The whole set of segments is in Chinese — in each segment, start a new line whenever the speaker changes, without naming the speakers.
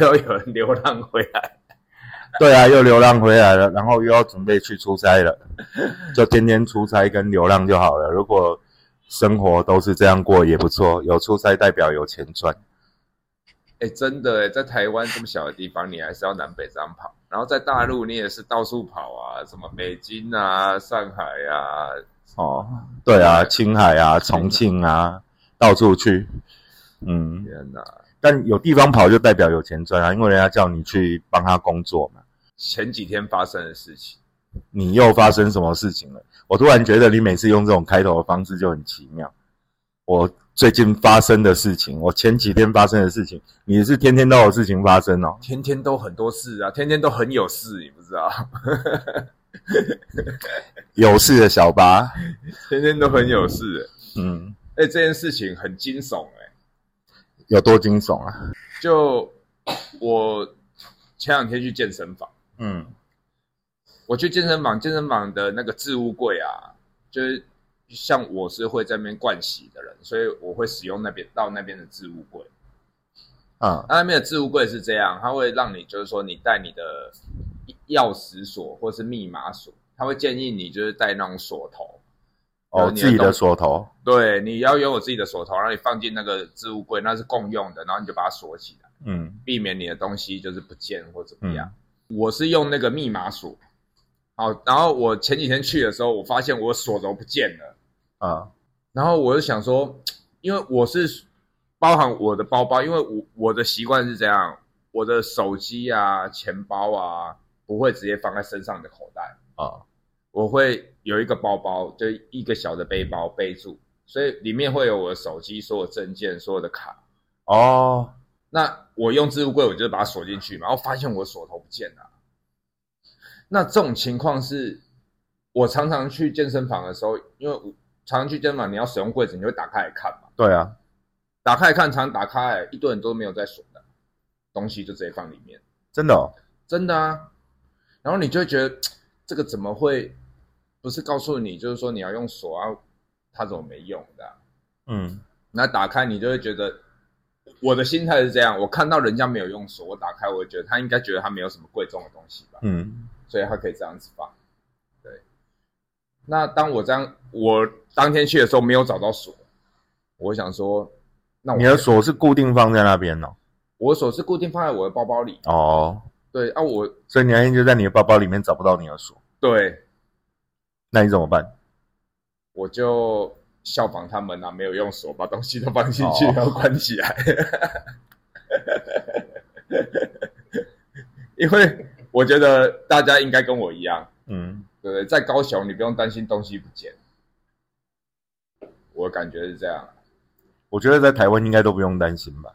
又有人流浪回来，
对啊，又流浪回来了，然后又要准备去出差了，就天天出差跟流浪就好了。如果生活都是这样过也不错，有出差代表有钱赚。
哎，真的哎，在台湾这么小的地方，你还是要南北这样跑，然后在大陆你也是到处跑啊，什么北京啊、上海啊，
哦，对啊，青海啊，重庆啊，到处去。嗯，
天哪！
但有地方跑就代表有钱赚啊，因为人家叫你去帮他工作嘛。
前几天发生的事情，
你又发生什么事情了？我突然觉得你每次用这种开头的方式就很奇妙。我最近发生的事情，我前几天发生的事情，你是天天都有事情发生哦。
天天都很多事啊，天天都很有事，你不知道，
有事的小八，
天天都很有事。
嗯，
哎，这件事情很惊悚哎，
有多惊悚啊？
就我前两天去健身房。
嗯，
我去健身房，健身房的那个置物柜啊，就是像我是会在那边盥洗的人，所以我会使用那边到那边的置物柜。
啊，
那那边的置物柜是这样，它会让你就是说你带你的钥匙锁或是密码锁，它会建议你就是带那种锁头。
哦，
有你的
自己的
东
锁头，
对，你要拥有自己的锁头，然后你放进那个置物柜，那是共用的，然后你就把它锁起来，
嗯
避免你的东西就是不见或怎么样。我是用那个密码锁，好，然后我前几天去的时候，我发现我锁头不见了。
啊，
然后我就想说，因为我是包含我的包包，因为我我的习惯是这样，我的手机啊、钱包啊不会直接放在身上的口袋，
啊，
我会有一个包包，就一个小的背包背住，所以里面会有我的手机、所有证件、所有的卡。
哦，
那我用置物柜，我就把它锁进去嘛，然后发现我的锁头不见了。啊那这种情况是，我常常去健身房的时候，因为我常常去健身房，你要使用柜子，你就会打开来看嘛。
对啊，
打开看，常打开，一堆人都没有在锁的，东西就直接放里面，
真的哦，
真的啊。然后你就会觉得这个怎么会？不是告诉你，就是说你要用锁啊，它怎么没用的啊、
嗯
那打开你就会觉得，我的心态是这样，我看到人家没有用锁，我打开我就觉得他应该觉得他没有什么贵重的东西吧，
嗯，
所以他可以这样子放。对。那当我这样，我当天去的时候没有找到锁，我想说，那我
你的锁是固定放在那边哦，
我的锁是固定放在我的包包里，
哦，
对啊我，
所以你那天就在你的包包里面找不到你的锁，
对
那你怎么办？
我就效仿他们啊，没有用锁，把东西都放进去，
哦
然后关起来。 因为我觉得大家应该跟我一样，
嗯，
对不对？在高雄，你不用担心东西不见，我感觉是这样，
我觉得在台湾应该都不用担心吧。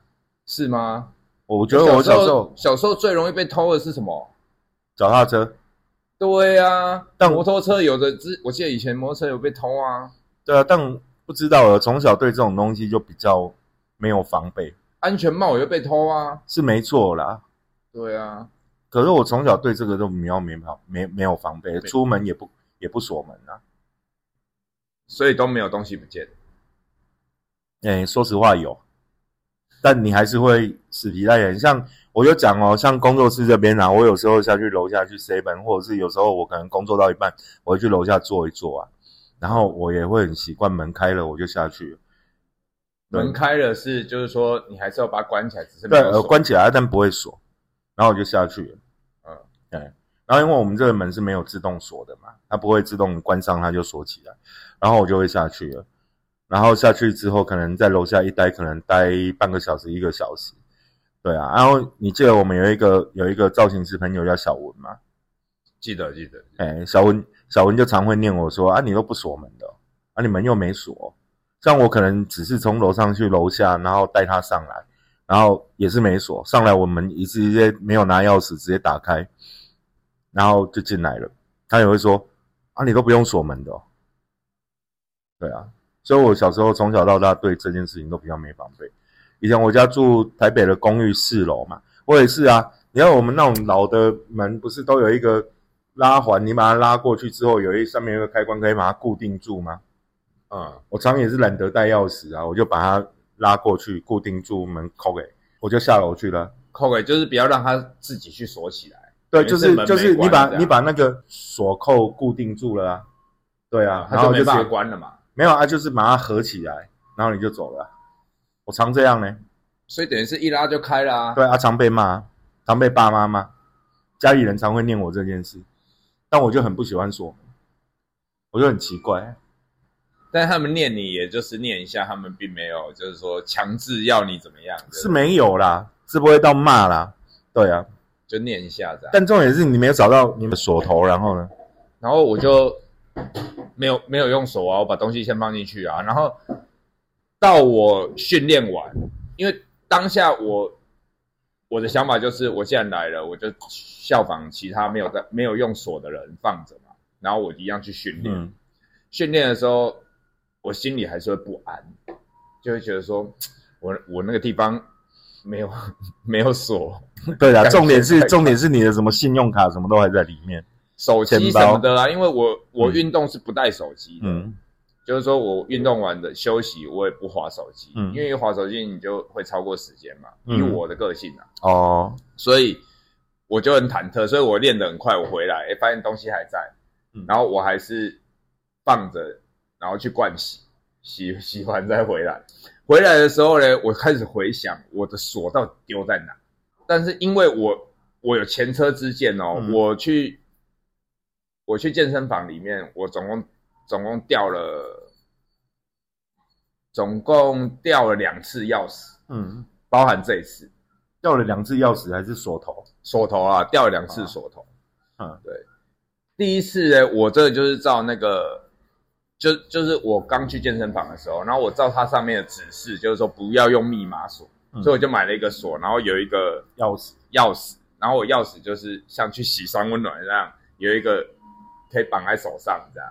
是吗？
我觉得我小时候
小时候最容易被偷的是什么？
脚踏车，
对啊，
但
摩托车有的之，我记得以前摩托车有被偷啊，
对啊，但不知道了，从小对这种东西就比较没有防备，
安全帽也被偷啊，
是没错啦。
对啊，
可是我从小对这个都没有没防没没有防备，
对
出门也不也不锁门啊。
所以都没有东西不见。
哎、说实话有，但你还是会死皮赖脸。像我就讲哦，像工作室这边啊，我有时候下去楼下去 seven，或者是有时候我可能工作到一半，我会去楼下坐一坐啊。然后我也会很习惯门开了我就下去了，对
门开了是，就是说你还是要把它关起来，只是没
对，
有
呃，
锁
关起来，但不会锁，然后我就下去了。
嗯
嗯，对。然后因为我们这个门是没有自动锁的嘛，它不会自动关上，它就锁起来。然后我就会下去了。然后下去之后，可能在楼下一待，可能待半个小时、一个小时。对啊，然后你记得我们有一个有一个造型师朋友叫小文嘛？
记得记得，
哎、小文小文就常会念我说啊，你都不锁门的哦，啊，你门又没锁。像我可能只是从楼上去楼下，然后带他上来，然后也是没锁，上来我们一直直接没有拿钥匙，直接打开，然后就进来了。他也会说啊，你都不用锁门的、哦。对啊，所以我小时候从小到大对这件事情都比较没防备。以前我家住台北的公寓四楼嘛，我也是啊。你看我们那种老的门，不是都有一个拉环，你把它拉过去之后，有一上面有一个开关可以把它固定住吗？
嗯，
我常也是懒得带钥匙啊，我就把它拉过去固定住门口给，我就下楼去了。
扣给，就是不要让它自己去锁起来。
对，
没
就
事
是
门
就是
没
你
关
把
这样
你把那个锁扣固定住了啊，对啊，
它
然
就
后
没
就
办法
是
关了嘛。
没有啊，就是把它合起来，然后你就走了啊。我常这样呢，
所以等于是一拉就开了啊。
对啊，常被骂，常被爸妈骂，家里人常会念我这件事，但我就很不喜欢锁门，我就很奇怪，
但他们念你，也就是念一下，他们并没有就是说强制要你怎么样，
是没有啦，是不会到骂啦，对啊，
就念一下这样。
但重点是你没有找到你的锁头，然后呢？
然后我就没有没有用手啊，我把东西先放进去啊。然后到我训练完，因为当下我我的想法就是，我既然来了，我就效仿其他没有在没有用锁的人放着嘛，然后我一样去训练。
嗯，
训练的时候，我心里还是会不安，就会觉得说，我我那个地方没有 没有锁，
对
感
啊，
觉
重点是
太
重点是你的什么信用卡什么都还在里面，
手机
钱
什
包
么的啊，因为我我
嗯
运动是不带手机的，
嗯
就是说我运动完的休息我也不划手机，
嗯
因为一划手机你就会超过时间嘛，
嗯
以我的个性啊，
哦，
所以我就很忐忑，所以我练得很快，我回来哎发现东西还在
嗯，
然后我还是放着，然后去灌洗，洗 洗完再回来。回来的时候呢，我开始回想我的锁到底丢在哪，但是因为我我有前车之鉴哦，
嗯
我去我去健身房里面，我总共总共掉了总共掉了两次钥匙，
嗯，
包含这一次。
掉了两次钥匙还是锁头，
锁头啊，掉了两次锁头。
啊嗯
对。第一次呢，我这个就是照那个，就就是我刚去健身房的时候，然后我照它上面的指示，就是说不要用密码锁，
嗯
所以我就买了一个锁，然后有一个
钥匙，
钥匙，然后我钥匙就是像去洗三温暖那样，有一个可以绑在手上这样，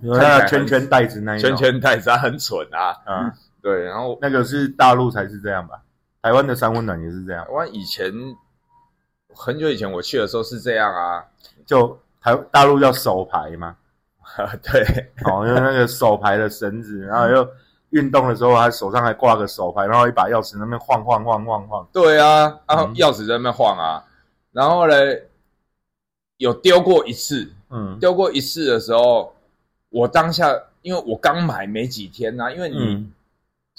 有那个
看起来
圈
很
圈袋子那一种
圈圈带着很蠢啊。
啊，
对，然后
那个是大陆才是这样吧？台湾的三温暖也是这样
台，湾以前很久以前我去的时候是这样啊，
就台大陆叫手牌嘛，
对。
哦，用那个手牌的绳子，然后又运动的时候，他手上还挂个手牌，然后一把钥匙那边晃晃晃晃晃，
对啊，啊
嗯
钥匙在那边晃啊，然后嘞有丢过一次，
嗯
丢过一次的时候，我当下因为我刚买没几天呐、因为你、
嗯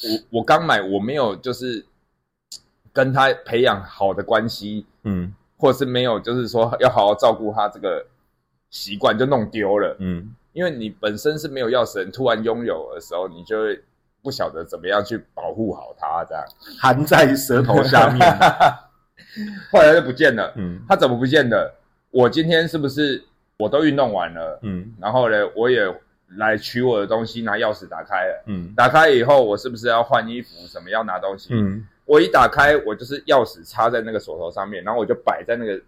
我我刚买我没有就是跟他培养好的关系，
嗯
或是没有就是说要好好照顾他这个习惯就弄丢了，
嗯，
因为你本身是没有钥匙的人，突然拥有的时候，你就会不晓得怎么样去保护好它，这样，
含在舌头下面，啊
后来就不见了。
嗯
他怎么不见的？我今天是不是我都运动完了，
嗯
然后呢，我也来取我的东西，拿钥匙打开了。
嗯
打开以后，我是不是要换衣服？什么要拿东西？
嗯
我一打开，我就是钥匙插在那个锁头上面，然后我就摆在那个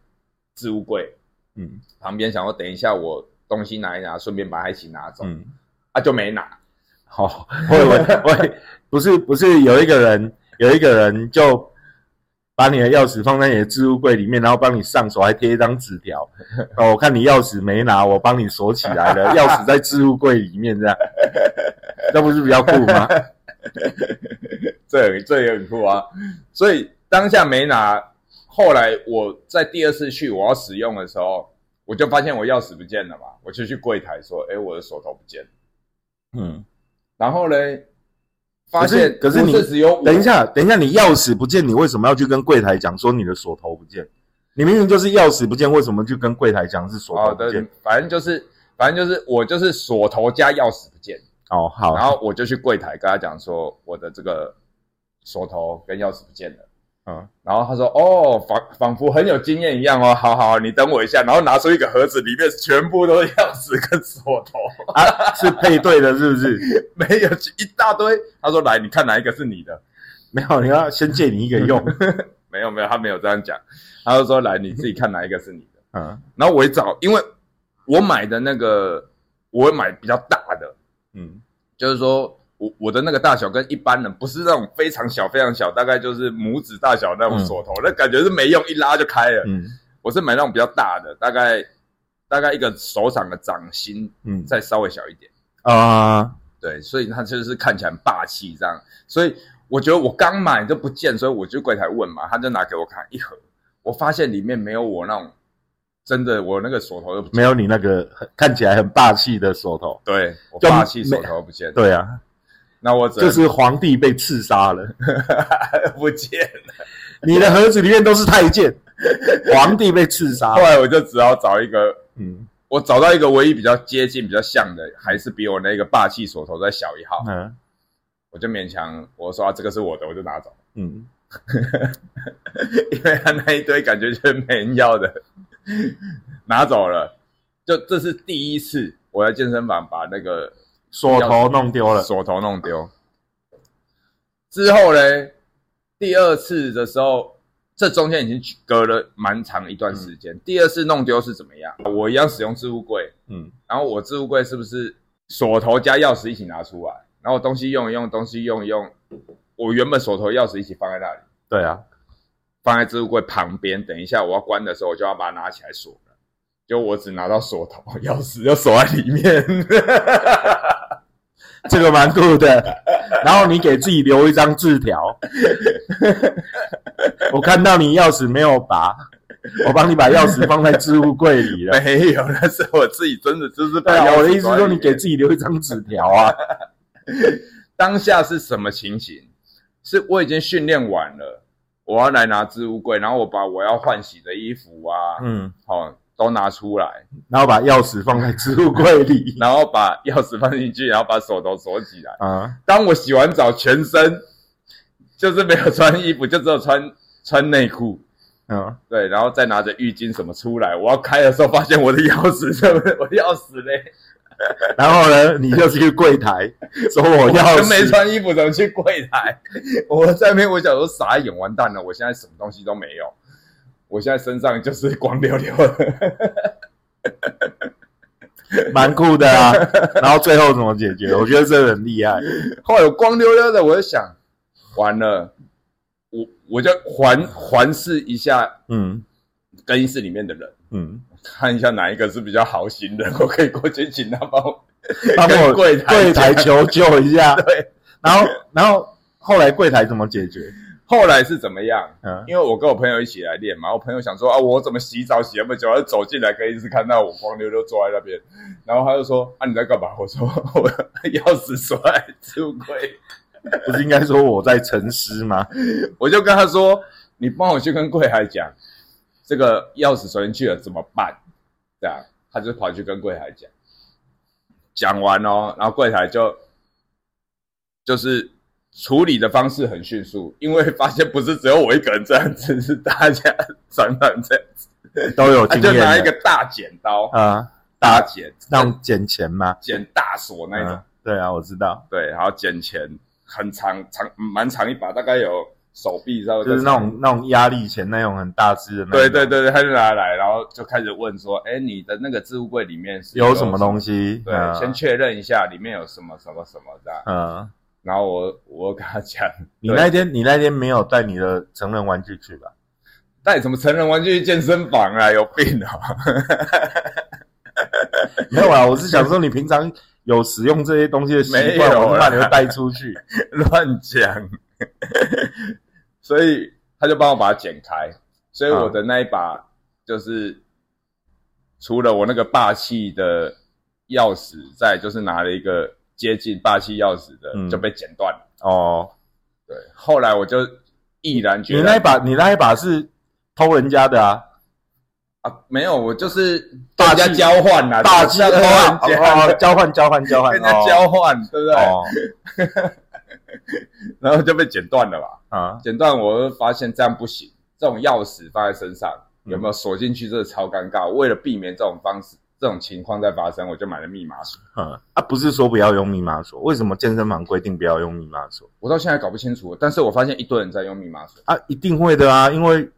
置物柜
嗯
旁边，想说等一下我东西拿一拿，顺便把它一起拿走。
嗯， 哦
啊，就没拿。
好，我以为我以为不是不是有一个人有一个人就。把你的钥匙放在你的置物柜里面，然后帮你上锁，还贴一张纸 条。哦，我看你钥匙没拿，我帮你锁起来了。钥匙在置物柜里面，这样， 那不是比较酷吗？
这很这也很酷啊。所以当下没拿，后来我在第二次去我要使用的时候，我就发现我钥匙不见了嘛，我就去柜台说：“哎，我的手头不见了。
嗯，”
然后嘞，发
是
现
可是
不
你
只有我
等一，下，等一下，你钥匙不见，你为什么要去跟柜台讲说你的锁头不见？你明明就是钥匙不见，为什么去跟柜台讲是锁
哦
头不见
对？，反正就是反正就是我就是锁头加钥匙不见，
哦，好，
然后我就去柜台跟他讲说我的这个锁头跟钥匙不见了。
嗯，
然后他说：“哦，仿仿佛很有经验一样哦，好好，你等我一下。”然后拿出一个盒子，里面全部都是钥匙跟锁头，
啊，是配对的，是不是？
没有一大堆。他说：“来，你看哪一个是你的
没有，你要先借你一个用，？”
没有，没有，他没有这样讲。他就说：“来，你自己看哪一个是你的。
嗯”
然后我一找，因为我买的那个，我买比较大的，
嗯
就是说我我的那个大小跟一般人不是那种非常小非常小，大概就是拇指大小那种锁头，那感觉是没用，一拉就开了。
嗯
我是买那种比较大的，大概大概一个手掌的掌心，
嗯
再稍微小一点。
啊，
对，所以它就是看起来很霸气这样。所以我觉得我刚买就不见，所以我去柜台问嘛，他就拿给我看一盒，我发现里面没有我那种真的我那个锁头就不见
没有你那个很看起来很霸气的锁头。
对我
就
霸气
没
锁头不见，
对啊，
那我只能
就是皇帝被刺杀了，
不见。
你的盒子里面都是太监， 皇帝被刺杀
后。来我就只好找一个
嗯
我找到一个唯一比较接近、比较像的，还是比我那个霸气锁头再小一号，
嗯
我就勉强我说、啊、这个是我的，我就拿走，
嗯，
因为他那一堆感觉就是没人要的， 拿走了。就这是第一次我在健身房把那个
锁头弄丢了。
锁头弄丢。之后嘞，第二次的时候，这中间已经隔了蛮长一段时间。第二次弄丢是怎么样？我一样使用置物柜，
嗯
然后我置物柜是不是锁头加钥匙一起拿出来？然后东西用一用，东西用一用，我原本锁头钥匙一起放在那里，
对啊，
放在置物柜旁边。等一下我要关的时候，我就要把它拿起来锁了。就我只拿到锁头，钥匙就锁在里 面。
这个蛮酷的。然后你给自己留一张字条，我看到你钥匙没有拔，我帮你把钥匙放在置物柜里了。
没有，那是我自己真的就是把
对啊，
钥匙
我的意思
锁在
说
里
你给
面
自己留一张纸条啊。
当下是什么情形？是我已经训练完了，我要来拿置物柜，然后我把我要换洗的衣服啊，
嗯，
哦，都拿出来，
然后把钥匙放在置物柜里
然后把钥匙放进去，然后把手头锁起来。
啊。
当我洗完澡，全身就是没有穿衣服，就只有穿穿内裤，
嗯，
对，然后再拿着浴巾什么出来。我要开的时候，发现我的钥匙，我的钥匙嘞，
然后呢，你就去柜台说我钥
就没
匙。
穿衣服，怎么去柜台？我在那边，我想说傻眼，完蛋了，我现在什么东西都没有，我现在身上就是光溜溜的。
蛮酷的啊。然后最后怎么解决？我觉得这很厉害。
后来我光溜溜的，我就想，完了，我我就环环视一下
嗯
更衣室里面的人，
嗯，
看一下哪一个是比较好心人， 我可以过去请他帮我
帮我
跟柜台
柜台
讲
求救一下。
对，
然后然后后来柜台怎么 解决？
后来是怎么样？
嗯，
因为我跟我朋友一起来练嘛，我朋友想说啊，我怎么洗澡洗那么久，他就走进来，可以是看到我光溜溜坐在那边，然后他就说啊你在干嘛？我说 我钥匙锁在置物柜，
不是应该说我在沉思吗？
我就跟他说你帮我去跟柜台讲，这个钥匙锁进去了怎么办？这样他就跑去跟柜台讲，讲完哦，然后柜台就就是处理的方式很迅速，因为发现不是只有我一个人这样子，是大家常常这样子。
都有
他啊
经
就
验
拿一个
的
大剪刀，
啊，
大剪，
那种捡钱吗？
剪大锁那一种，
嗯，对啊，我知道，
对，然后剪钱很长，长蛮长一把，大概有手臂稍微
就是那种那种压力钱那种很大只的那种
对对对对，他就拿来，然后就开始问说，哎，你的那个置物柜里面是
有什么东西？
对，
嗯
先确认一下里面有什么什么什么的，
嗯。
然后我我跟他讲，
你
对
那天你那天没有带你的成人玩具去吧？
带什么成人玩具去健身房啊？有病啊！
没有啊，我是想说你平常有使用这些东西的习
没
惯，
有啊
我就怕
啦
你会带出去。
乱讲，所以他就帮我把它剪开，所
啊
以我的那一把就是、除了我那个霸气的钥匙在，就是拿了一个接近霸气钥匙的、
嗯
就被剪断了。
哦，
对，后来我就毅然决
你
然，
那一把，你那一把是偷人家的啊？
啊没有，我就是
霸
大
气
家交换啦，
大鸡
大
二
家
啊
交换
哦，交换交换交换，
跟人家交换，对不对？
哦
然后就被剪断了吧。
哦啊，
剪断，我就发现这样不行，这种钥匙放在身上
嗯
有没有锁进去，真的超尴尬。为了避免这种方式、这种情况再发生，我就买了密码锁。
嗯啊，不是说不要用密码锁，为什么健身房规定不要用密码锁
我到现在搞不清楚，但是我发现一堆人在用密码锁，
啊？一定会的啊，因为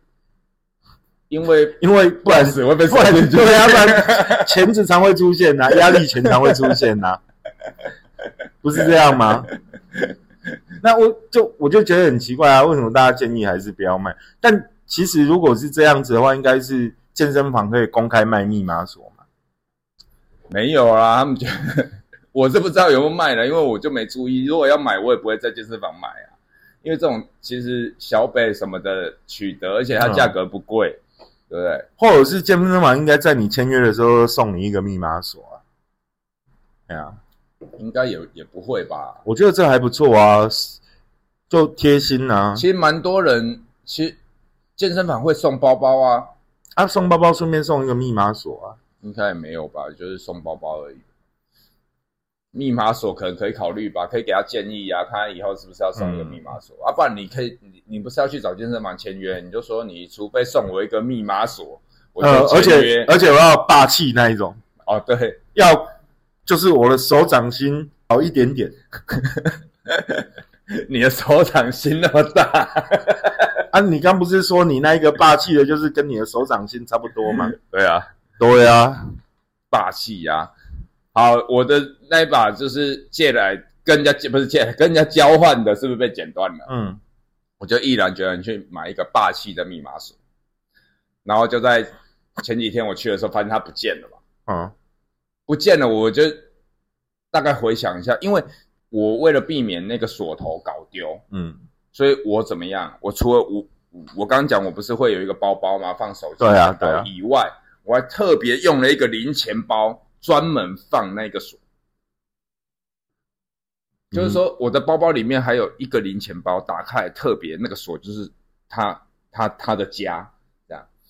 因为
因为不然
死会被
不
锁
然
进去。
对啊，不然钳子常会出现呐、压力钱常会出现呐、不是这样吗？那我就我就觉得很奇怪啊，为什么大家建议还是不要卖？但其实如果是这样子的话，应该是健身房可以公开卖密码锁嘛？
没有啦，他们觉 得我是不知道有没有卖了，因为我就没注意。如果要买，我也不会在健身房买啊，因为这种其实小北什么的取得，而且它价格不贵，对不对？
或者是健身房应该在你签约的时候送你一个密码锁啊。哎呀、
应该也也不会吧？
我觉得这还不错啊，就贴心啊。
其实蛮多人，其实健身房会送包包啊，
啊，送包包顺便送一个密码锁啊。
应该也没有吧，就是送包包而已。密码锁可能可以考虑吧，可以给他建议啊，看他以后是不是要送一
嗯
个密码锁、啊，不然你可以，你你不是要去找健身房签约，你就说你除非送我一个密码锁，我
呃，
就
而
签约
且。而且我要霸气那一种，
哦，对，
要就是我的手掌心好一点点
你的手掌心那么大，
啊。你刚不是说你那一个霸气的，就是跟你的手掌心差不多 吗？
对啊，
对啊，
霸气呀、好，我的那一把就是借来跟人家借，不是借来跟人家交换的，是不是被剪断了？
嗯，
我就毅然决然去买一个霸气的密码锁，然后就在前几天我去的时候，发现它不见了嘛，
哦，
不见了，我就大概回想一下，因为我为了避免那个锁头搞丢，
嗯，
所以我怎么样？我除了我我刚刚讲我不是会有一个包包吗？放手机
对啊
包
对啊
以外，我还特别用了一个零钱包，专门放那个锁。
嗯
就是说，我的包包里面还有一个零钱包，打开特别那个锁就是他他他的家，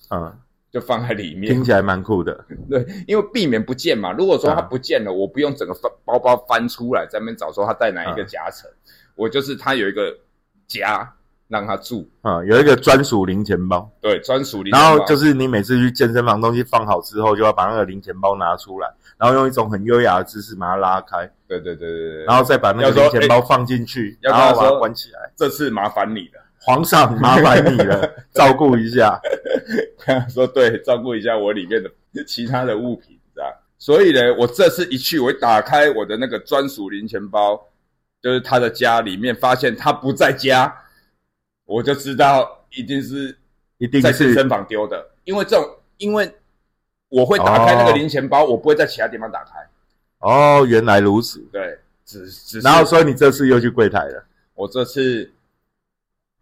嗯，
就放在里面
听。起来蛮酷的。
对，因为避免不见嘛。如果说它
嗯
不见了，我不用整个翻包包翻出来，在那边找说它在哪一
嗯
个夹层，我就是它有一个夹让它住，
嗯，有一个专属零钱包，
对，专属零钱
然
包。
后就是你每次去健身房东西放好之后，就要把那个零钱包拿出来，然后用一种很优雅的姿势把它拉开，
对对对对对，
然后再把那个
要说哎
零钱包放进去，
要跟
然
他
后把它
说
关起来。
这次麻烦你了，
皇上，麻烦你了，照顾一下。
跟他说对，照顾一下我里面的其他的物品，这样。所以呢，我这次一去，我一打开我的那个专属零钱包，就是他的家里面，发现他不在家，我就知道一定是
一定
在健
是
身房丢的，因为这种，因为我会打开那个零钱包，我不会在其他地方打开。
哦，原来如此。
对，只只是
然后所以你这次又去柜台 了，
我这次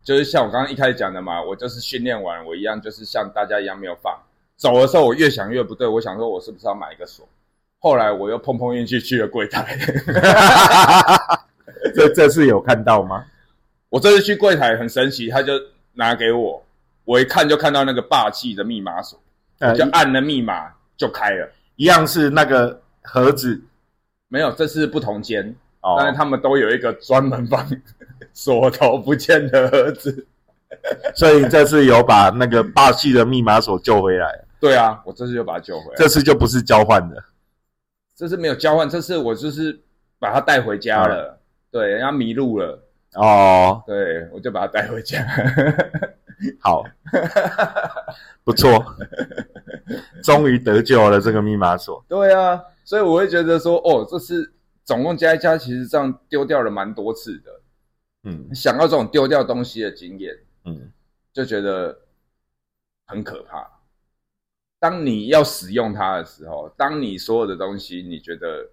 就是像我刚刚一开始讲的嘛，我就是训练完，我一样就是像大家一样没有放。走的时候我越想越不对，我想说我是不是要买一个锁？后来我又碰碰运气去了柜台，
这这次有看到吗？
我这次去柜台很神奇，他就拿给我，我一看就看到那个霸气的密码锁，
呃，
就按了密码就开了。
一样是那个盒子
没有，这次不同间，
哦，
但是他们都有一个专门放 锁头不见的盒子。
所以这次有把那个霸气的密码锁救回来了，
对啊，我这次就把它救回来。
这次就不是交换的。
这次没有交换，这次我就是把它带回家了。对，人家迷路了，
哦，
对我就把它带回家。
好，不错，终于得救了这个密码锁。
对啊，所以我会觉得说，哦，这次总共加一加，其实这样丢掉了蛮多次的。
嗯
想到这种丢掉东西的经验，
嗯，
就觉得很可怕。当你要使用它的时候，当你所有的东西你觉得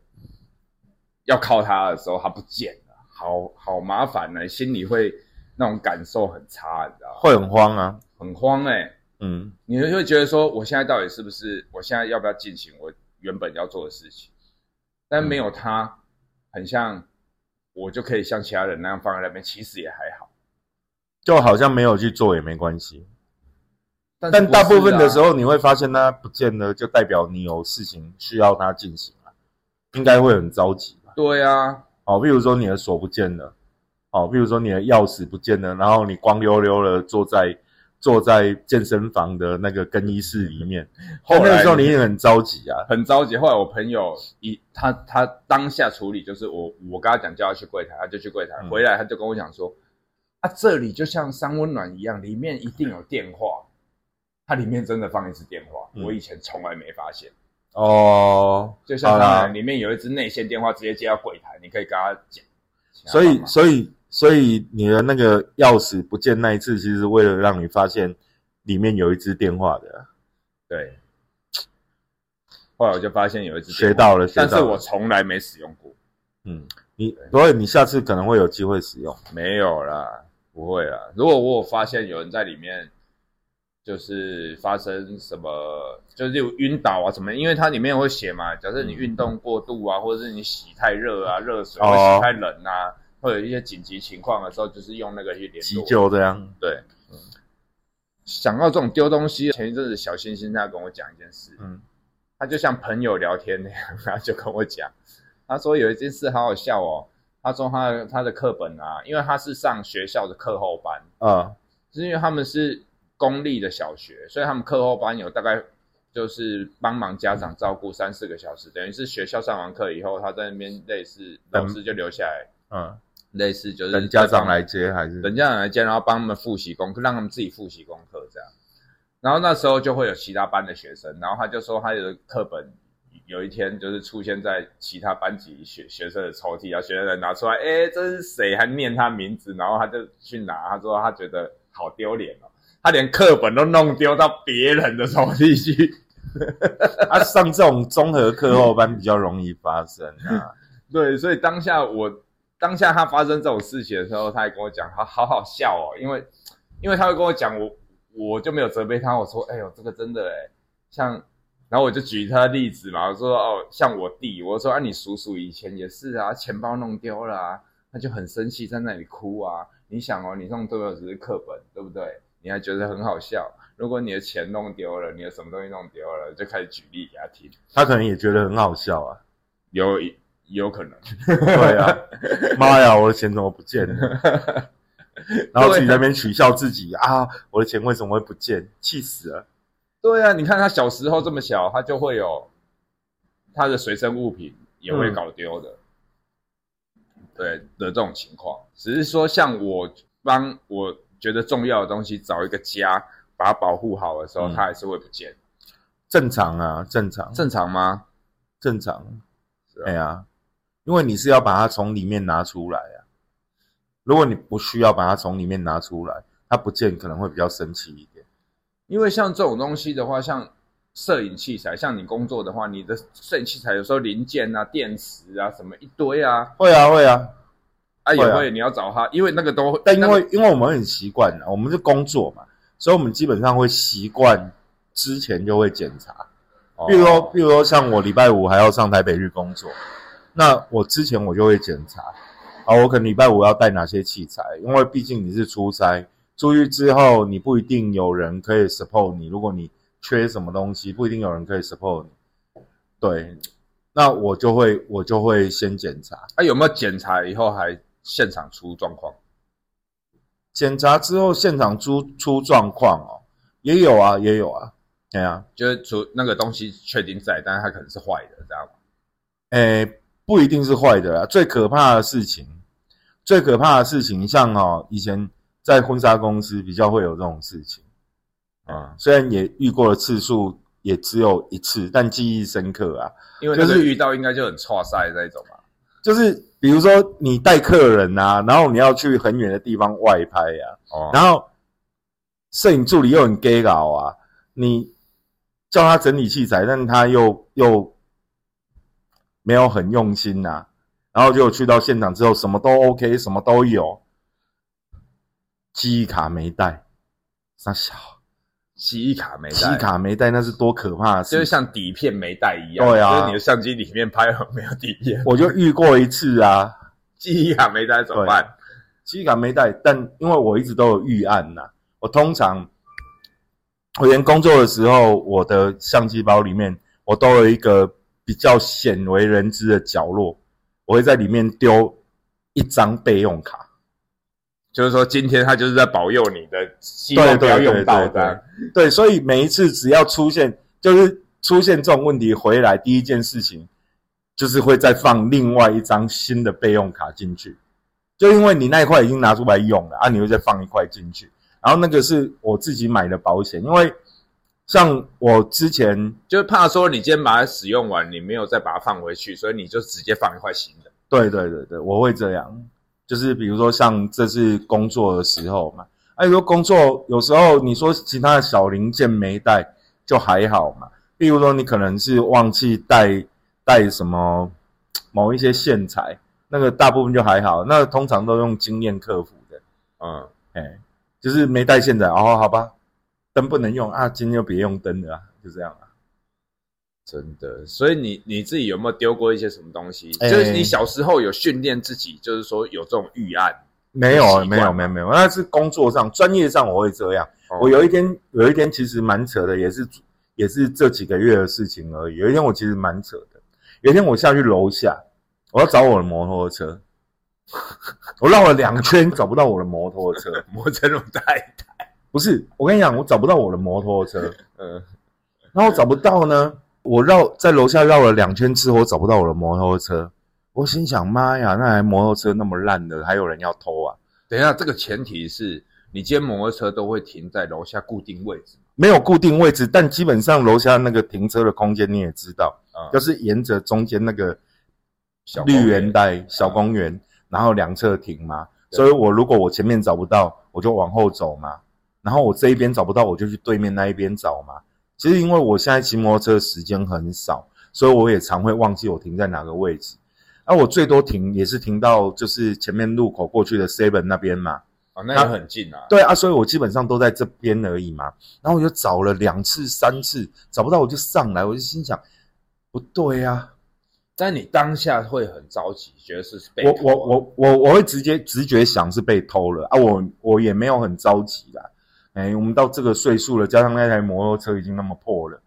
要靠它的时候，它不见了，好好麻烦呢、心里会那种感受很差，你知道吗？
会很慌啊。
很慌哎、
嗯，
你就会觉得说，我现在到底是不是？我现在要不要进行我原本要做的事情？但没
嗯
有它，很像我就可以像其他人那样放在那边，其实也还好。
就好像没有去做也没关系，
但是
但
不
大
是
部分的
啊
时候你会发现它不见了，就代表你有事情需要它进行啊，应该会很着急吧？
对啊，
哦，比如说你的锁不见了，哦，比如说你的钥匙不见了，然后你光溜溜的坐在坐在健身房的那个更衣室里面，
后
那
来
个时候你也很着急啊，
很着急。后来我朋友一他他当下处理，就是我我跟他讲叫他去柜台，他就去柜台，
嗯
回来他就跟我讲说，啊这里就像三温暖一样，里面一定有电话，它里面真的放一只电话，
嗯
我以前从来没发现，
哦，
就像
好啦
他里面有一只内线电话，直接接到柜台，你可以跟他讲。
所
请他
以
帮忙
所以所以你的那个钥匙不见那一次，其实是为了让你发现里面有一支电话的，
对，后来我就发现有一只
学
电话，
到了，学
但是
到
我
了。
从来没使用过，
嗯，你所以你下次可能会有机会使用，
没有啦，不会啊。如果我有发现有人在里面，就是发生什么，就是例如晕倒啊什么，因为它里面会写嘛，假设你运动过度啊，或者是你洗太热啊，热水
哦
或洗太冷啊，会有一些紧急情况的时候，就是用那个去联
急
络。
救这样，
对，想到这种丢东西，前一阵子小星星他跟我讲一件事，
嗯，
他就像朋友聊天那样，他就跟我讲，他说有一件事好好笑哦，他说他的他的课本啊，因为他是上学校的课后班，
啊，
是因为他们是公立的小学，所以他们课后班有大概就是帮忙家长照顾三四个小时，等于是学校上完课以后，他在那边类似
等
老师就留下来，
嗯，
类似就是
等家
在
长
帮
来接还是
人家来接，然后帮他们复习功课，让他们自己复习功课这样。然后那时候就会有其他班的学生，然后他就说他有的课本有一天就是出现在其他班级学学生的抽屉，然后学生才拿出来，哎，这是谁？还念他名字，然后他就去拿，他说他觉得好丢脸哦，他连课本都弄丢到别人的抽屉去。
啊？上这种综合课后班比较容易发生啊。
对，所以当下我当下他发生这种事情的时候，他还跟我讲，他 好好笑哦，因为因为他会跟我讲，我我就没有责备他，我说，哎呦，这个真的哎，像，然后我就举他的例子嘛，我说哦，像我弟，我说啊，你叔叔以前也是啊，钱包弄丢了啊，他就很生气，在那里哭啊，你想哦，你弄丢了只是课本，对不对？你还觉得很好笑？如果你的钱弄丢了，你的什么东西弄丢了，就开始举例给他听，
他可能也觉得很好笑啊。
有有可能，
对啊，妈呀，我的钱怎么不见了？ 然后自己
啊
在那边取笑自己啊，我的钱为什么会不见？气死了！
对啊，你看他小时候这么小，他就会有他的随身物品也会搞丢的，对的这种情况。只是说，像我帮我觉得重要的东西找一个家把它保护好的时候，
嗯
它还是会不见，
正常啊，正常，
正常吗？
正常
是啊。
哎呀、因为你是要把它从里面拿出来啊。如果你不需要把它从里面拿出来，它不见可能会比较生气一点。
因为像这种东西的话，像摄影器材，像你工作的话，你的摄影器材有时候零件啊、电池啊什么一堆啊，
会啊，会啊，
啊也
会啊
会你要找他，因为那个都会
但因
那
为
个
因为我们很习惯啊，我们是工作嘛，所以我们基本上会习惯之前就会检查。
哦
比如说，比如说像我礼拜五还要上台北日工作，那我之前我就会检查，啊，我可能礼拜五要带哪些器材，因为毕竟你是出差，出去之后你不一定有人可以 support 你，如果你缺什么东西，不一定有人可以 support 你。对，那我就会我就会先检查，
啊有没有检查以后还现场出状况？
检查之后现场出出状况哦，也有啊，也有啊，哎呀、
就是除那个东西确定在，但是它可能是坏的，这样吗
诶、不一定是坏的啦。最可怕的事情，最可怕的事情，像哦，以前在婚纱公司比较会有这种事情，
啊、
虽然也遇过的次数也只有一次，但记忆深刻啊。
因为那
就
个
是
遇到应该就很挫赛那一种嘛。
就是比如说你带客人啊，然后你要去很远的地方外拍啊，
哦，
然后摄影助理又很 gay 搞啊，你叫他整理器材，但他又又没有很用心呐、然后就去到现场之后，什么都 OK，什么都有，记忆卡没带，傻小，
记忆卡没带，
记忆卡没带那是多可怕的
就是
事情！
像底片没带一样，
对啊
就是你的相机里面拍了没有底片，
我就遇过一次啊，
记忆卡没带怎么办？
记忆卡没带，但因为我一直都有预案呐、我通常我连工作的时候，我的相机包里面我都有一个比较鲜为人知的角落，我会在里面丢一张备用卡。
就是说今天他就是在保佑你的，希望不要用到的。
对，所以每一次只要出现就是出现这种问题回来，第一件事情就是会再放另外一张新的备用卡进去，就因为你那一块已经拿出来用了啊，你会再放一块进去，然后那个是我自己买的保险，因为像我之前
就是怕说你今天把它使用完，你没有再把它放回去，所以你就直接放一块新的。
对对对对，我会这样，就是比如说像这次工作的时候嘛，哎、如果工作有时候你说其他的小零件没带就还好嘛，例如说你可能是忘记带带什么某一些线材，那个大部分就还好，那通常都用经验克服的，
嗯，
哎哎，就是没带线材，哦，好吧，灯不能用啊，今天就别用灯了啊，就这样啊。
真的，所以你你自己有没有丢过一些什么东西？
哎
就是你小时候有训练自己，就是说有这种预案。
没有，
习惯
没有，没有，没有，那是工作上、专业上我会这样。
哦
我有一天，有一天其实蛮扯的，也是也是这几个月的事情而已。有一天我其实蛮扯的，有一天我下去楼下，我要找我的摩托车， 我绕了两圈找不到我的摩托车。
摩天轮带，
不是，我跟你讲，我找不到我的摩托车，
嗯，
然后找不到呢，我绕在楼下绕了两圈之后，我找不到我的摩托车。我心想，妈呀，那台摩托车那么烂的，还有人要偷啊？
等一下，这个前提是你今天摩托车都会停在楼下固定位置
没有固定位置，但基本上楼下那个停车的空间你也知道，
啊，
就是沿着中间那个
小公
绿
园嗯
园带小公园，然后两侧停嘛。
对
所以我如果我前面找不到，我就往后走嘛。然后我这一边找不到，我就去对面那一边找嘛。其实因为我现在骑摩托车的时间很少，所以我也常会忘记我停在哪个位置。啊，我最多停也是停到就是前面路口过去的 Seven 那边嘛。
啊，那也很近啊。
对啊，所以我基本上都在这边而已嘛。然后我就找了两次、三次，找不到我就上来，我就心想，不对啊，
但你当下会很着急，觉得是被
我
偷啊
我我我我会直接直觉想是被偷了啊，我我也没有很着急啦。哎、我们到这个岁数了，加上那台摩托车已经那么破了，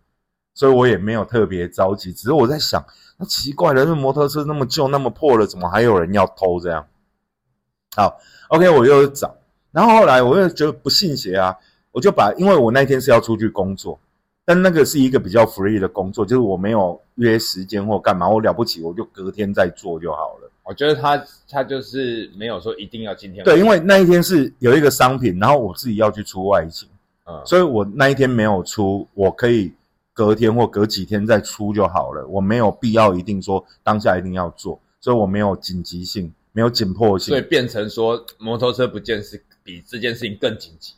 所以我也没有特别着急。只是我在想，那奇怪了，那摩托车那么旧、那么破了，怎么还有人要偷这样？好，OK，我又找，然后后来我又觉得不信邪啊，我就把，因为我那天是要出去工作，但那个是一个比较 free 的工作，就是我没有约时间或干嘛，我了不起我就隔天再做就好了。
我觉得他他就是没有说一定要今天
对，因为那一天是有一个商品，然后我自己要去出外景，
嗯，
所以我那一天没有出，我可以隔天或隔几天再出就好了，我没有必要一定说当下一定要做，所以我没有紧急性，没有紧迫性
所以，变成说摩托车不见是比这件事情更紧急。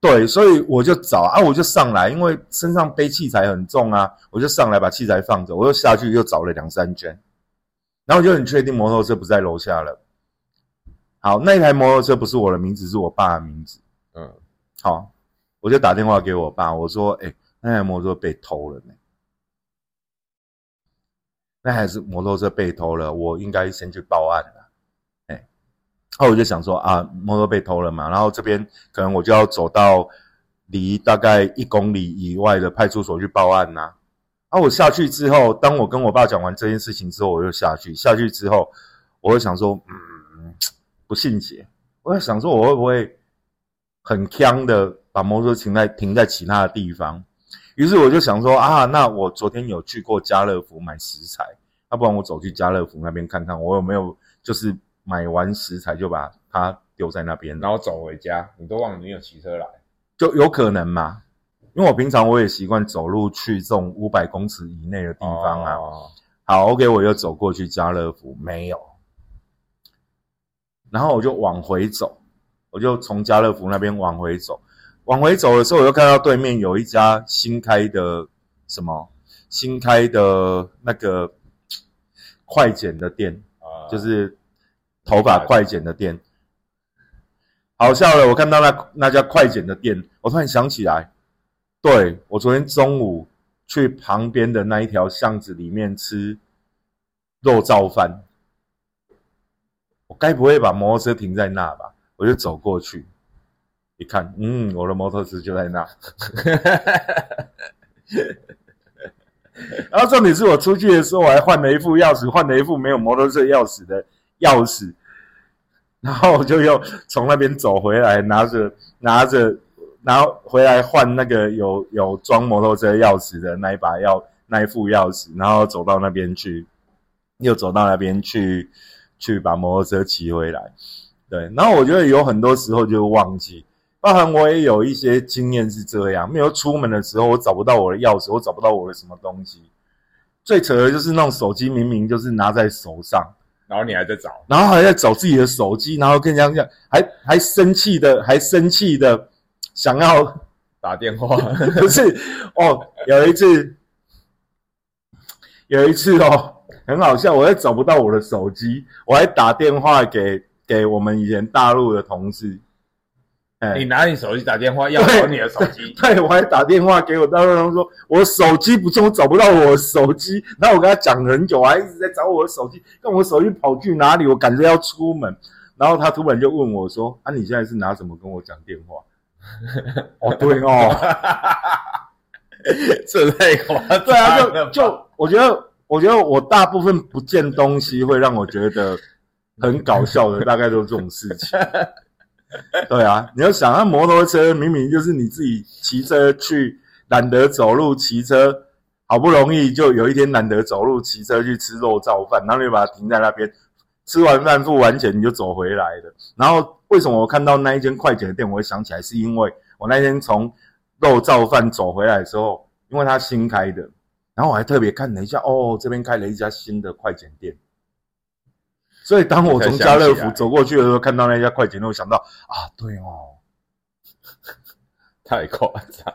对，所以我就找啊，我就上来，因为身上背器材很重啊，我就上来把器材放着，我又下去又找了两三圈，然后我就很确定摩托车不在楼下了。好，那一台摩托车不是我的名字，是我爸的名字。
嗯，
好，我就打电话给我爸，我说：“哎、那台摩托车被偷了呢、那还是摩托车被偷了，我应该先去报案了。哎、后来我就想说啊，摩托被偷了嘛，然后这边可能我就要走到离大概一公里以外的派出所去报案呐、啊。我下去之后，当我跟我爸讲完这件事情之后，我又下去。下去之后，我就想说，嗯，不信邪，我在想说我会不会很呛的把摩托车停在停在其他的地方。于是我就想说啊，那我昨天有去过家乐福买食材，要不然我走去家乐福那边看看，我有没有就是买完食材就把它丢在那边，然后
然后走回家，你都忘了你有骑车来。
就有可能嘛。因为我平常我也习惯走路去这种五百公尺以内的地方啊。
哦
好，OK，我又走过去家乐福，没有。然后我就往回走，我就从家乐福那边往回走。往回走的时候，我就看到对面有一家新开的什么新开的那个快剪的店，
啊
就是头发快剪的店。好笑了，我看到那那家快剪的店，我突然想起来，对我昨天中午去旁边的那一条巷子里面吃肉燥饭，我该不会把摩托车停在那吧？我就走过去，一看，嗯，我的摩托车就在那。然后重点是我出去的时候，我还换了一副钥匙，换了一副没有摩托车钥匙的钥匙，然后我就又从那边走回来，拿着拿着，然后回来换那个有有装摩托车钥匙的那一把钥那一副钥匙，然后走到那边去，又走到那边去去把摩托车骑回来。对，然后我觉得有很多时候就忘记，包含我也有一些经验是这样，没有出门的时候，我找不到我的钥匙，我找不到我的什么东西。最扯的就是那种手机明明就是拿在手上，
然后你还在找，
然后还在找自己的手机，然后跟人家讲，还还生气的，还生气的想要，
打电话，
不是哦，有一次，有一次哦，很好笑，我也找不到我的手机，我还打电话给给我们以前大陆的同事，哎、
你拿你手机打电话要
对
找你的手 机，
对，我还打电话给我大陆人说，我手机不见，我找不到我手机。然后我跟他讲了很久，我啊还一直在找我的手机，但我手机跑去哪里？我感觉要出门。然后他突然就问我说：“啊，你现在是拿什么跟我讲电话？”哦，对哦，
这太夸张了吧。
对啊，就就我觉得，我觉得我大部分不见东西会让我觉得很搞笑的，大概都是这种事 情。对啊，你要想，那摩托车明明就是你自己骑车去，懒得走路骑车，好不容易就有一天懒得走路骑车去吃肉燥饭，然后你就把它停在那边，吃完饭付完钱你就走回来了。然后为什么我看到那一间快捷店我会想起来，是因为我那天从肉燥饭走回来的时候，因为它新开的，然后我还特别看了一下，哦，这边开了一家新的快捷店。所以当我从家乐
我才想
福
起来
走过去的时候，看到那家快捷店，我想到啊，对哦，
太夸张。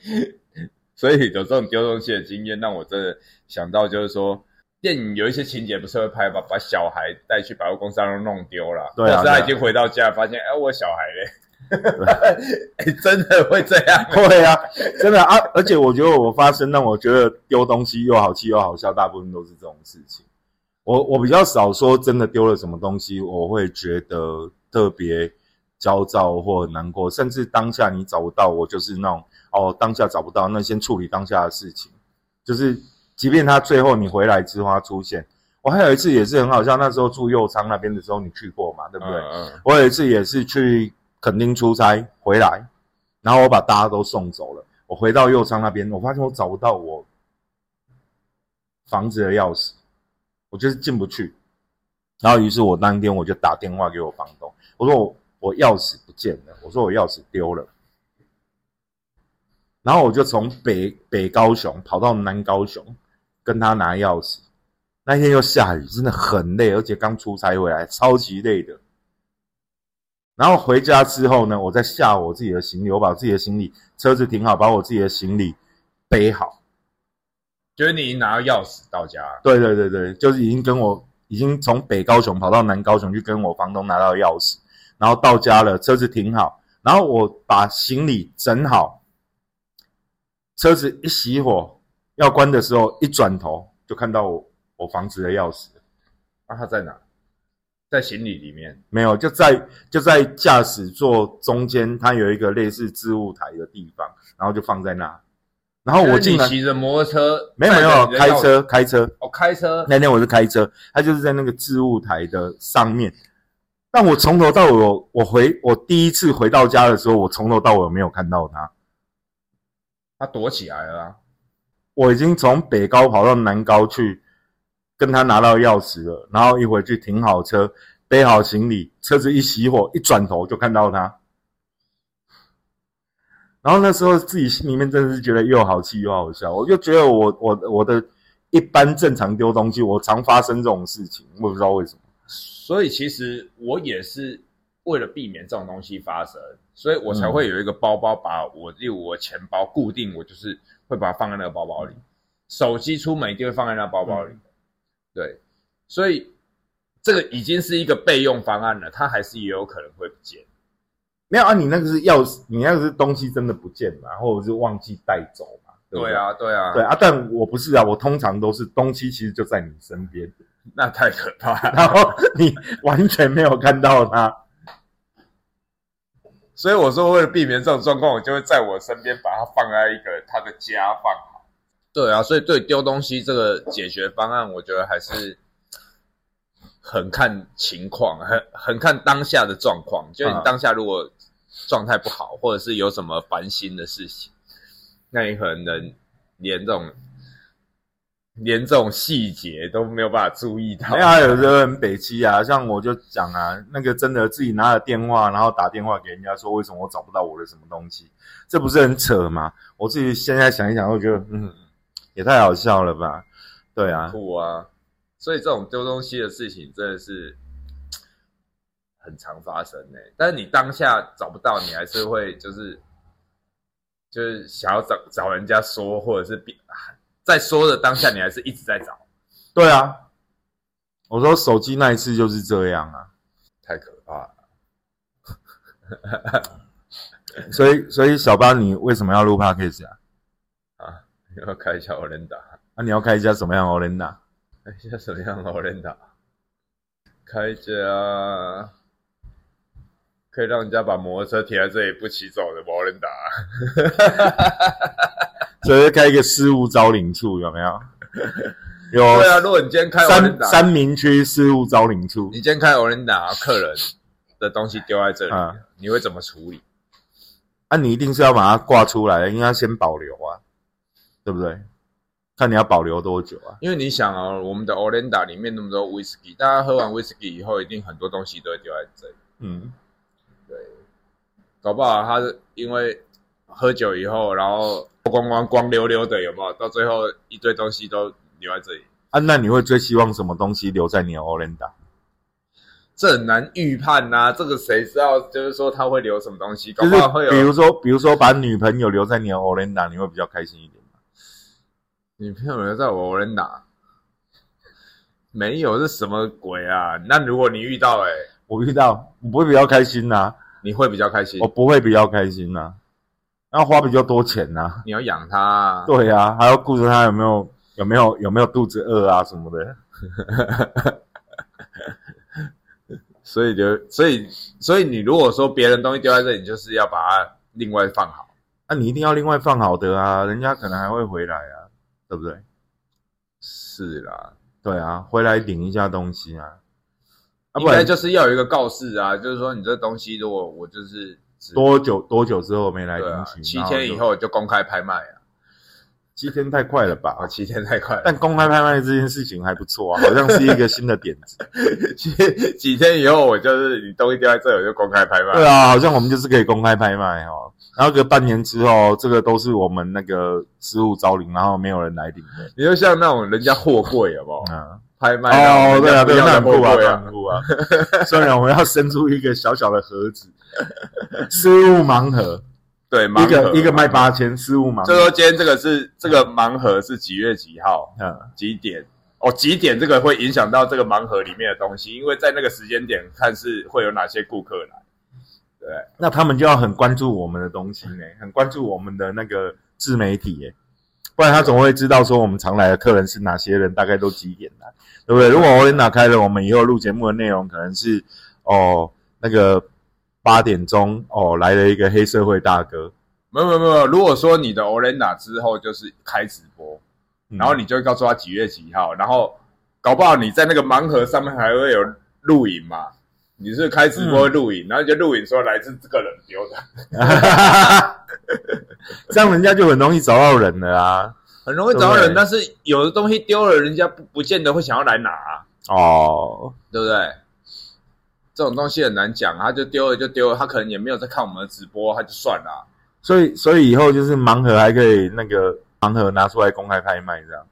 所以有这种丢东西的经验，让我真的想到，就是说，电影有一些情节不是会拍把把小孩带去百货公司然后弄丢了，
对啊
或是他
对啊
已经回到家，发现哎、我小孩嘞， 哎、真的会这样，
对啊，真的啊！而且我觉得我发生让我觉得丢东西又好气又好笑，大部分都是这种事情。我我比较少说真的丢了什么东西，我会觉得特别焦躁或难过，甚至当下你找不到，我就是那种哦，当下找不到，那先处理当下的事情。就是即便他最后你回来之后他出现，我还有一次也是很好笑，那时候住右昌那边的时候你去过嘛，对不对？
嗯
我有一次也是去垦丁出差回来，然后我把大家都送走了。我回到右昌那边，我发现我找不到我房子的钥匙，我就是进不去。然后于是我当天我就打电话给我房东，我说我我钥匙不见了，我说我钥匙丢了。然后我就从北北高雄跑到南高雄，跟他拿钥匙。那天又下雨，真的很累，而且刚出差回来，超级累的。然后回家之后呢，我再下我自己的行李，我把我自己的行李车子停好，把我自己的行李背好。
就是你拿钥匙到家，
对对对对，就是已经跟我已经从北高雄跑到南高雄去跟我房东拿到钥匙，然后到家了，车子停好，然后我把行李整好，车子一熄火要关的时候，一转头就看到我我房子的钥匙了
那、啊他在哪？在行李里面，
没有，就在就在驾驶座中间，它有一个类似置物台的地方，然后就放在那。然哦后我
就是
进
你
来，
骑着摩托车，
没有没
带
有
着你的
开
钥匙，
车开车，
哦，开车，
那天我是开车，他就是在那个置物台的上面。但我从头到尾，我我回我第一次回到家的时候，我从头到尾没有看到他。
他躲起来了、啊，
我已经从北高跑到南高去，跟他拿到钥匙了，然后一回去停好车，背好行李，车子一熄火，一转头就看到他。然后那时候自己心里面真的是觉得又好气又好笑，我就觉得我我我的一般正常丢东西，我常发生这种事情，我也不知道为什么。
所以其实我也是为了避免这种东西发生，所以我才会有一个包包，把我例如我钱包固定，我就是会把它放在那个包包里，
嗯
手机出门一定会放在那个包包里。对，所以这个已经是一个备用方案了，它还是也有可能会不见。
没有啊，你那个是钥匙，你那个是东西真的不见嘛，或者是忘记带走嘛，对不
对
对？
啊，对啊，
对，啊，但我不是啊，我通常都是东西其实就在你身边，
那太可怕了。
然后你完全没有看到它。
所以我说，为了避免这种状况，我就会在我身边把它放在一个他的家放好。对啊，所以对丢东西这个解决方案，我觉得还是很看情况，很很看当下的状况。就是你当下如果状态不好，或者是有什么烦心的事情，那你可能连这种连这种细节都没有办法注意到。
没有啊，有的人北七啊，像我就讲啊，那个真的自己拿了电话，然后打电话给人家说为什么我找不到我的什么东西，这不是很扯吗？我自己现在想一想，我觉得嗯，也太好笑了吧？对啊，
酷啊！所以这种丢东西的事情真的是很常发生呢、但是你当下找不到，你还是会就是就是想要找找人家说，或者是比啊在说的当下，你还是一直在找，
对啊，我说手机那一次就是这样啊。
太可怕了。
所以所以小八，你为什么要录 podcast 啊？
啊，要开一下欧伦达，
那、你要开一家什么样的 Olenda？
开一下什么样的欧伦达？开一家可以让人家把摩托车停在这里不骑走的欧伦达，
所以开一个事务招领处有没有？ 有
对啊，如果你今天开欧伦
三
达，
三明区事务招领处
你，今天开欧伦达，客人的东西丢在这里，
啊
你会怎么处理？
啊，你一定是要把它挂出来的，应该先保留啊，对不对？看你要保留多久啊？
因为你想啊，我们的 Olenda 里面那么多 whisky，大家喝完 whisky 以后，一定很多东西都会丢在这里。
嗯，
搞不好他是因为喝酒以后，然后光光光溜溜的，有没有？到最后一堆东西都留在这里，
啊，那你会最希望什么东西留在你的 Olenda？
这很难预判呐、这个谁知道？就是说他会留什么东西？搞
就
不好会
是比
有
如说，比如说把女朋友留在你的 Olenda，你会比较开心一点吗？
女朋友留在我 Olenda，没有是什么鬼啊？那如果你遇到、欸，
我遇到我不会比较开心呐、啊
你会比较开心
我。不会比较开心呐、啊那花比较多钱呐、
你要养它、啊，
对呀、还要顾着他有没有有没有有没有肚子饿啊什么的。
所以留，所以所以你如果说别人东西丢在这里，你就是要把它另外放好。
那、你一定要另外放好的啊，人家可能还会回来啊，对不对？
是啦，
对啊，回来领一下东西啊，啊
应
不
该
然
就是要有一个告示啊，就是说你这东西如果我就是只
多久多久之后没来
对啊
领取？
七
然
天以
就，
后就公开拍卖啊，
七天太快了吧
啊？七天太快了，
但公开拍卖这件事情还不错啊，好像是一个新的点子。
几几天以后我就是你东西丢在这我就公开拍卖，
对啊，好像我们就是可以公开拍卖哦。然后隔半年之后，这个都是我们那个失物招领，然后没有人来领的。
你就像那种人家货柜有没有
嗯，
拍卖
哦，对啊，
不
对啊，
要
那
的
很
货
酷啊，
柜
那很
啊，
酷啊。 虽然我们要伸出一个小小的盒子，失物盲盒，
对，
一
盲盒啊
个一个卖，八千，失物盲
就说
盒。
今天这个是这个盲盒是几月几号？
嗯，
几点哦，几点这个会影响到这个盲盒里面的东西，因为在那个时间点看是会有哪些顾客来。对，
那他们就要很关注我们的东西呢，很关注我们的那个自媒体耶，不然他总会知道说我们常来的客人是哪些人，大概都几点来，对不对？如果我也打开了，我们以后录节目的内容可能是哦那个八点钟哦来了一个黑社会大哥，
没有没有没有，如果说你的 Olena 之后就是开直播，
嗯
然后你就会告诉他几月几号，然后搞不好你在那个盲盒上面还会有录影嘛。你是不是开直播录影，然后你就录影说来自这个人丢的，
这样人家就很容易找到人了啊。
很容易找到人。
对
但是有的东西丢了，人家不不见得会想要来拿啊、
哦，
对不对？这种东西很难讲，他就丢了就丢了，他可能也没有在看我们的直播，他就算了。
所以所以以后就是盲盒还可以那个盲盒拿出来公开拍卖这样。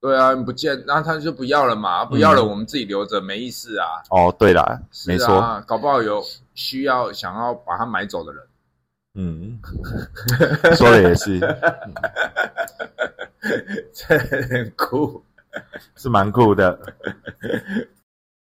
对啊，不见，那他就不要了嘛，不要了，
嗯
我们自己留着没意思啊。
哦，对啦，
是
没错，
啊，搞不好有需要想要把它买走的人。
嗯，说的也 是，
这很酷。
是蛮酷的。